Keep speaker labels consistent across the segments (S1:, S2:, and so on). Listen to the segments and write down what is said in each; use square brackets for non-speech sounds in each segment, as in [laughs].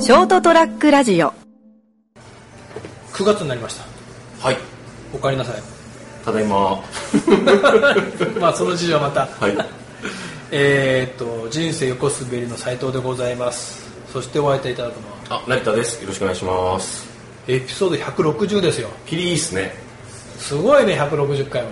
S1: ショートトラックラジオ
S2: 9月になりました
S3: はい、
S2: おかえりなさい
S3: ただいま。は
S2: まあその事情はまた
S3: い。
S2: えーっと人生横滑りの斉藤でございますそしてお会いいただくのは
S3: あ、成田です。よろしくお願いします。
S2: エピソード160ですよ
S3: ピリいいっすね。
S2: すごいね160回も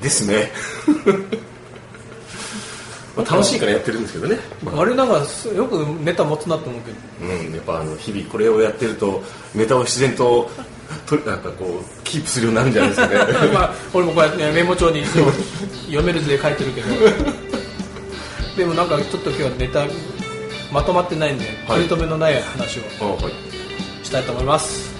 S3: ですね。 [laughs] まあ、楽しいからやってるんですけどね。
S2: あれなんかすよくネタ持つなと思うけど [laughs]
S3: うん、やっぱあの日々これをやってると、ネタを自然と、となんかこう、キープするようになるんじゃないですか [laughs] ね。
S2: まあ、俺もこうやって、ね、メモ帳に一応読める図で書いてるけどでもなんかちょっと今日はネタまとまってないんで
S3: はい
S2: 取り留めのない話を
S3: あはい。
S2: したいと思います、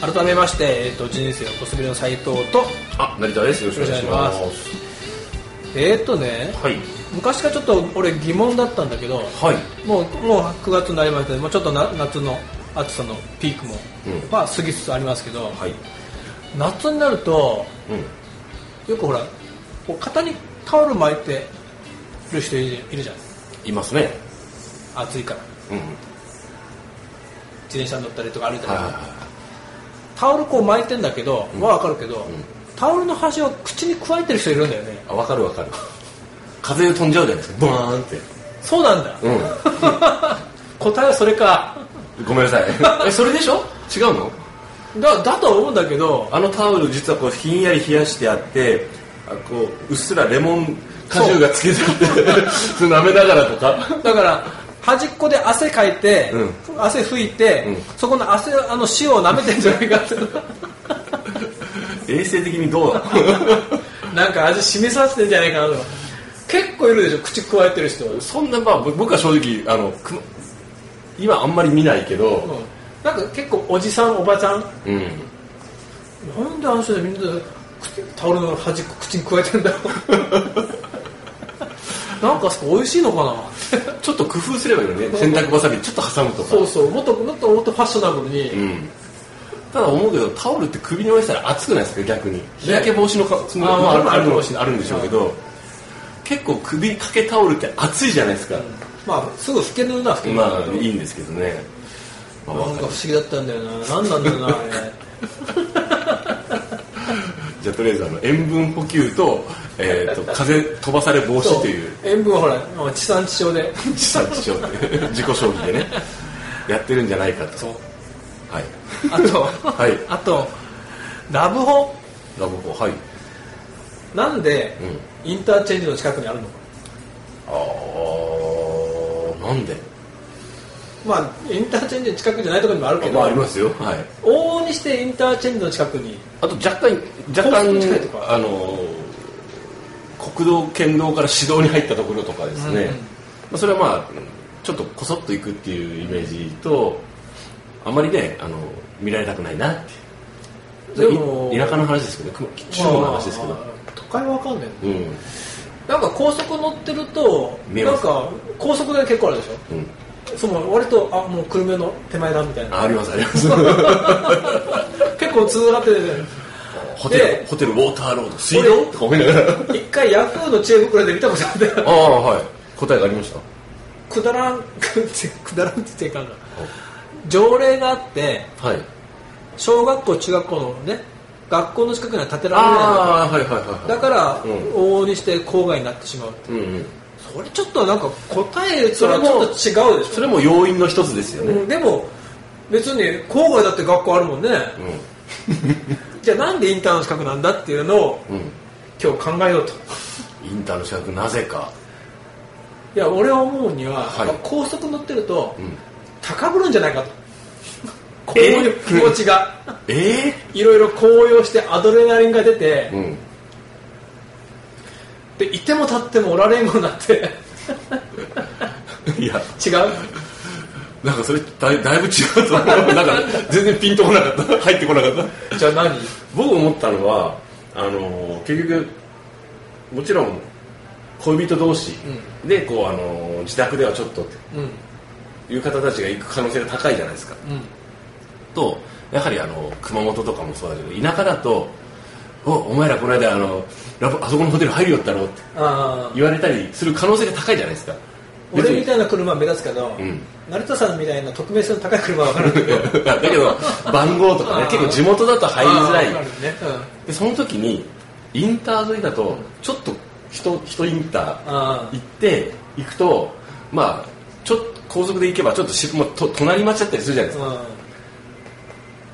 S2: 改めまして、えっと人生をこすりの斎藤と
S3: あ、成田です。よろしくお願いしま
S2: よろ
S3: す。
S2: えっとね
S3: はい。
S2: 昔からちょっと俺疑問だったんだけど
S3: はい。
S2: もうもう9月になりましたねもうちょっとな夏の暑さのピークも、
S3: うん
S2: まあ過ぎつつありますけど、
S3: はい。
S2: 夏になると
S3: うん。
S2: よくほらこう肩にタオル巻いてる人いるいるじゃん
S3: いますね。
S2: 暑いから
S3: うん。
S2: 自転車に乗ったりとか歩いたりと
S3: はい
S2: か、
S3: はいは
S2: タオルこう巻いてんだけど、はわかるけど、
S3: ん
S2: タオルの端を口にくわえてる人いるんだよね
S3: い。あ、わかるわかる。風で飛んじゃうじゃないですか。ボーンって。
S2: そうなんだ、
S3: う
S2: [laughs] 答えはそれか
S3: ん。ごめん [laughs] なさい。え、それでしょ違うの
S2: だだとは思うんだけど
S3: あのタオル実はこうひんやり冷やしてあってあこううっすらレモン果汁がつけてあって [laughs] それ舐めながらとか
S2: だから端っこで汗かいて、汗拭いて、
S3: うん
S2: そこの汗あの塩を舐めてんじゃないかって [laughs]
S3: 衛生的にどう
S2: なんか味染みさせてんじゃないかなとか結構いるでしょ口くわえてる人
S3: そんなまあぼ僕は正直あのくま今あんまり見ないけど、
S2: うんなんか結構おじさんおばちゃん
S3: うん
S2: なんであの人でみんな口タオルの端っこ口にくわえてんだろう [laughs] なんかあそこ美味しいのかな
S3: ちょっと工夫すればいいのね洗濯ばさみちょっと挟むとか
S2: そうそうもっともっともっとファッショナブルに、
S3: うん、ただ思うけどタオルって首に置いてたら熱くないですか逆に日焼け防止のかつもり
S2: あー
S3: もある
S2: まああ
S3: ある
S2: るか
S3: の
S2: もしれない
S3: あるんでしょうけど結構首掛けタオルって熱いじゃないですか、
S2: まあすぐ老けるな老けるな、
S3: まあいいんですけどね、まあ
S2: なんか不思議だったんだよな何なんだろうなあれ
S3: じゃあとりあえずあの塩分補給と,、えー、と風飛ばされ防止という
S2: そう塩分はほらもう地産地消
S3: [laughs]
S2: で
S3: 地産地消自己消費でねやってるんじゃないかと
S2: そう
S3: はい
S2: あと、
S3: はい
S2: あとラブホ
S3: ラボコはい
S2: なんで、インターチェンジの近くにあるのか
S3: ああなんで
S2: まあインターチェンジの近くじゃないところにもあるけど、
S3: まあありますよはい
S2: 往々にしてインターチェンジの近くに
S3: あと若干若
S2: 東
S3: 干
S2: 京近いとか
S3: あのー国道県道から市道に入ったところとかですね、
S2: うんうん
S3: まあ、それはまあちょっとこそっと行くっていうイメージとあまりねあの見られたくないなって
S2: で
S3: い
S2: も
S3: 田舎の話ですけど熊中国の話ですけ
S2: ま
S3: ど、
S2: あ都会はわかんない
S3: うん
S2: なんか高速乗ってると
S3: 見え
S2: な
S3: ま
S2: ん
S3: す
S2: か高速で結構あるでし
S3: うん、
S2: ょその割とあもう車の手前だみたいな
S3: あありますあります [laughs]
S2: 結構通がってて
S3: ホテル
S2: で
S3: ホテルウォーターロード水道とか思いながら
S2: 一回ヤフーの知恵袋で見たことあるんだよ
S3: ああはい答えがありました
S2: くだらんくだらんって言っ [laughs] ちゃいかんな条例があって
S3: はい
S2: 小学校中学校のね学校の近くには建てられないの
S3: ああはいはいはいはい
S2: だから、
S3: うん
S2: 往々にして郊外になってしまう
S3: うんうん
S2: それちょっとなんか答え
S3: そ
S2: とは
S3: れも
S2: ちょっと違うでしょ
S3: それも要因の一つですよね、
S2: うんでも別に郊外だって学校あるもんね、じゃあなんでインターンの資格なんだっていうのを
S3: うんうん
S2: 今日考えようと
S3: インターの資格なぜか、
S2: いや俺は思うには、
S3: は
S2: や
S3: い
S2: っぱ高速乗ってると、
S3: うん、
S2: 高ぶるんじゃないかとこう
S3: え
S2: いう気持ちが
S3: え
S2: いろいろ高揚してアドレナリンが出て、
S3: えうん、
S2: でいても立ってもおられんようになって [laughs]
S3: いや
S2: 違う
S3: なんかそれだいだいぶ違うと思うなんか全然ピンとこなかった入ってこなかった
S2: じゃあ何
S3: 僕思ったのはあのー結局もちろん恋人同士でこう、あの自宅ではちょっとっ
S2: うん
S3: ていう方たちが行く可能性が高いじゃないですか
S2: うん
S3: とやはりあの熊本とかもそうだけど田舎だと「おお前らこの間あのラブあそこのホテル入るよったろ」って
S2: ああ
S3: 言われたりする可能性が高いじゃな
S2: [laughs]
S3: いですか
S2: 俺み
S3: 別に
S2: たいな車は目立つけど、
S3: ん
S2: 成田さんみたいな匿名性の高い車は分からんけ [laughs] ど
S3: だけど番号とかね
S2: あー
S3: 結構地元だと入りづらい
S2: ああ分かるねうん
S3: でその時にインター沿いだとちょっと人人インター
S2: あ
S3: 行って行くとまあちょっと高速で行けばちょっとしもうと隣町だったりするじゃな
S2: あ
S3: いです
S2: う
S3: か
S2: ん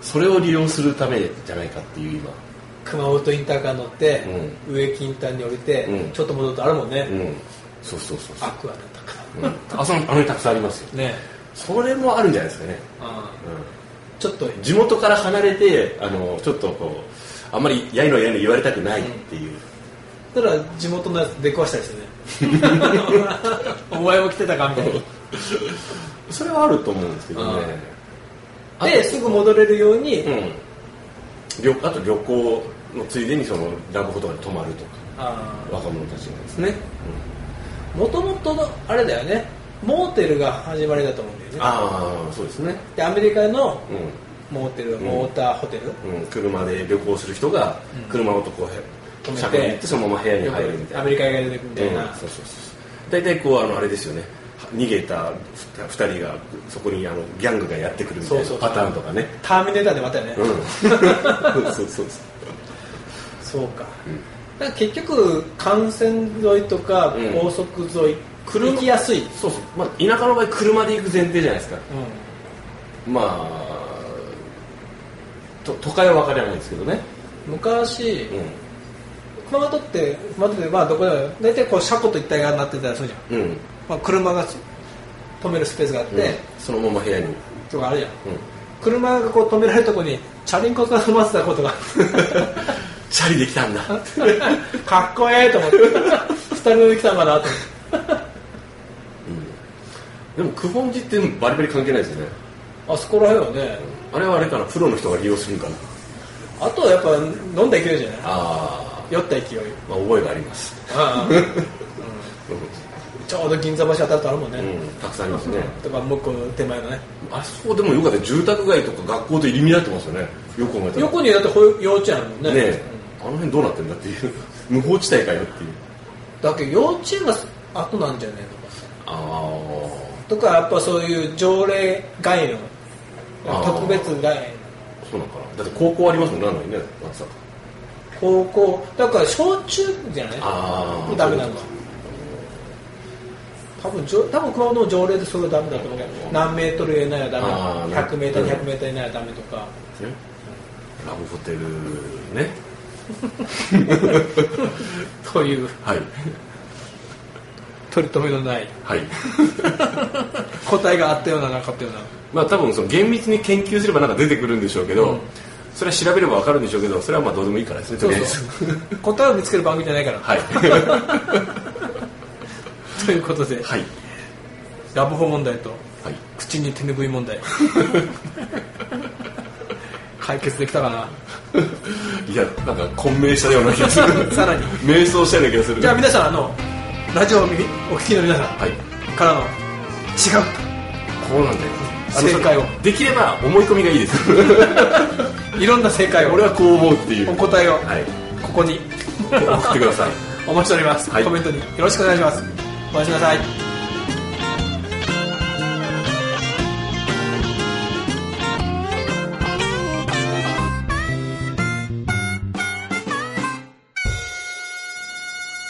S3: それを利用するためじゃないかっていう今
S2: 熊本インターカー乗って、上金丹に降りて、
S3: うん
S2: ちょっと戻るとあるもんね、
S3: うんそうそうそうそう
S2: アクアだったか
S3: うんあそのあのにたくさんありますよ
S2: ね
S3: それもあるんじゃないですかね、
S2: ああ
S3: う
S2: ちょっと
S3: ん、地元から離れてあのちょっとこうあんまりやいのやいの言われたくないっていう、
S2: たら地元のやつ出くわしたりしてね [laughs] お前も来てたかみたい
S3: それはあると思うんですけどねあ
S2: な
S3: と
S2: ですぐ戻れるように、
S3: うん旅あと旅行のついでにそのラブホとかに泊まるとか
S2: あ
S3: 若者たちがです
S2: あ
S3: ね、
S2: ねもともとのあれだよねモーテルが始まりだと思うんだよね
S3: ああそうですね
S2: でアメリカのモーテル、
S3: ん
S2: モーターホテル
S3: うん、うん、車で旅行する人が
S2: うん
S3: 車をとこ
S2: 止めて
S3: う車庫に行ってそのまま部屋に入るみたいな
S2: アメリカ映画で出てくるみたいな、
S3: うんそうそうそう大体こうあのあれですよねは逃げた2人がそこにあのギャングがやってくるみたい
S2: そうそ
S3: な
S2: うそう
S3: パターンとかね
S2: ターミネーターでまたよね、
S3: うんそうそうそう
S2: そうか,、
S3: うん
S2: だから結局幹線沿いとか
S3: うん
S2: 高速沿い、行きやすい、うん
S3: [laughs] そうそう、まあ、田舎の場合車で行く前提じゃないですかまあと都会は分からないですけどね、
S2: 昔、
S3: う
S2: 熊本って熊本ってまあどこでも大体こう車庫と一体がなってたりするじゃん、
S3: んうん
S2: まあ、車が止めるスペースがあって、
S3: うんそのまま部屋に、うん、
S2: とかあるじゃん車がこう止められるとこにチャリンコが止まってたことが
S3: チャリできたんだ [laughs]
S2: かっこええと思って二人乗り来たんかなと思って
S3: でもクフォンジってバリバリ関係ないですよね
S2: あそこら辺はね
S3: あれはあれかなプロの人が利用するんかな
S2: あとはやっぱ飲んだ勢いじゃない
S3: あ
S2: 酔った勢い
S3: あ、まあ、覚えがあります、
S2: ああちょうど銀座橋あたるとあるもんね、
S3: うん、たくさんありますね、
S2: とかもう一個手前のね
S3: あそこでもよかった住宅街とか学校と入り乱れてますよねよく考えたら
S2: 横にだって保育幼稚園あるもんね
S3: ねえあの辺どうなってんだっていう [laughs] 無法地帯かよっていう
S2: だけど幼稚園が後なんじゃねえ
S3: ああ
S2: のかとかやっぱそういう条例外の
S3: あー
S2: 特別外
S3: そうなのかなだって高校ありますもんねなのにね松坂
S2: 高校だから小中じゃない
S3: あー
S2: ダメなのか多分じょ多分熊本の条例でそれはダメだと思うけど
S3: うん
S2: 何メートル以内はダメ
S3: あーな
S2: 100m100m 以内はダメとか
S3: ねラブホテルね
S2: という
S3: はい
S2: 取り留めのない
S3: はい [laughs]
S2: 答えがあったようななかったような
S3: まあ多分その厳密に研究すればなんか出てくるんでしょうけど、
S2: うん
S3: それは調べればわかるんでしょうけどそれはまあどうでもいいからですねとりあえず
S2: そうそ
S3: [laughs]
S2: う答えを見つける番組じゃないから、
S3: はい [laughs]
S2: ということで、
S3: はい
S2: ラブホ問題と
S3: はい
S2: 口に手拭い問
S3: [laughs]
S2: 題解決できたかない
S3: やなんか混迷したような気がす
S2: [laughs]
S3: る
S2: さらに
S3: 迷走したような気がする
S2: じゃあ皆さんあのラジオを耳お聞きの皆さん
S3: はい
S2: からの違う
S3: こうなんだよあの
S2: 正解を
S3: それできれば思い込みがいいです
S2: [laughs] といろんな正解を
S3: 俺はこう思うっていう
S2: お答えを
S3: はい
S2: ここに
S3: 送ってください
S2: お待ちしております、
S3: はい
S2: コメントによろしくお願いしますお待ちください